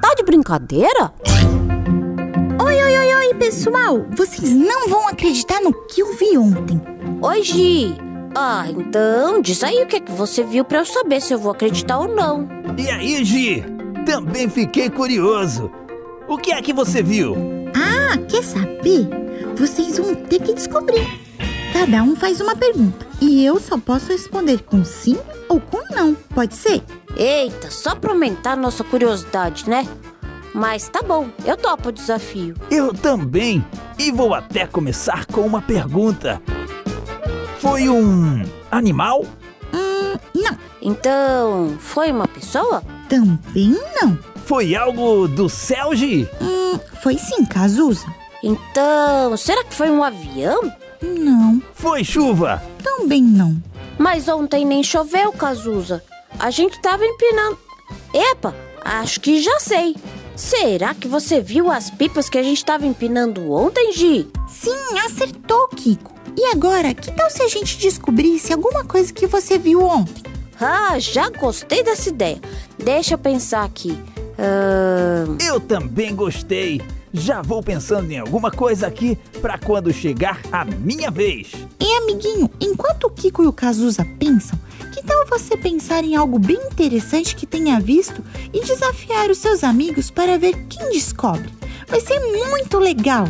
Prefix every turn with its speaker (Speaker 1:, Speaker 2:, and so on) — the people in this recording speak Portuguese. Speaker 1: Tá brincadeira?
Speaker 2: Oi, oi, oi, oi, pessoal! Vocês não vão acreditar no que eu vi ontem.
Speaker 1: Oi, Gi. Ah, então diz aí o que, é que você viu pra eu saber se eu vou acreditar ou não.
Speaker 3: E aí, Gi? Também fiquei curioso. O que é que você viu?
Speaker 2: Ah, quer saber? Vocês vão ter que descobrir. Cada um faz uma pergunta e eu só posso responder com sim ou com não. Pode ser?
Speaker 1: Eita, só pra aumentar nossa curiosidade, né? Mas tá bom, eu topo o desafio.
Speaker 3: Eu também. E vou até começar com uma pergunta. Foi um animal?
Speaker 2: Hum, não.
Speaker 1: Então, foi uma pessoa?
Speaker 2: Também não.
Speaker 3: Foi algo do céu, Gi?
Speaker 2: Hum, foi sim, Cazuza.
Speaker 1: Então, será que foi um avião?
Speaker 2: Não,
Speaker 3: Foi chuva?
Speaker 2: também não.
Speaker 1: Mas ontem nem choveu, Cazuza. A gente tava empinando. Epa, acho que já sei. Será que você viu as pipas que a gente tava empinando ontem, Gi?
Speaker 2: Sim, acertou, Kiko. E agora, que tal se a gente descobrisse alguma coisa que você viu ontem?
Speaker 1: Ah, já gostei dessa ideia. Deixa eu pensar aqui. Ahn,
Speaker 3: Eu também gostei. Já vou pensando em alguma coisa aqui pra quando chegar a minha vez.
Speaker 2: E amiguinho, enquanto o Kiko e o Cazuza pensam, que tal você pensar em algo bem interessante que tenha visto e desafiar os seus amigos para ver quem descobre? Vai ser muito legal!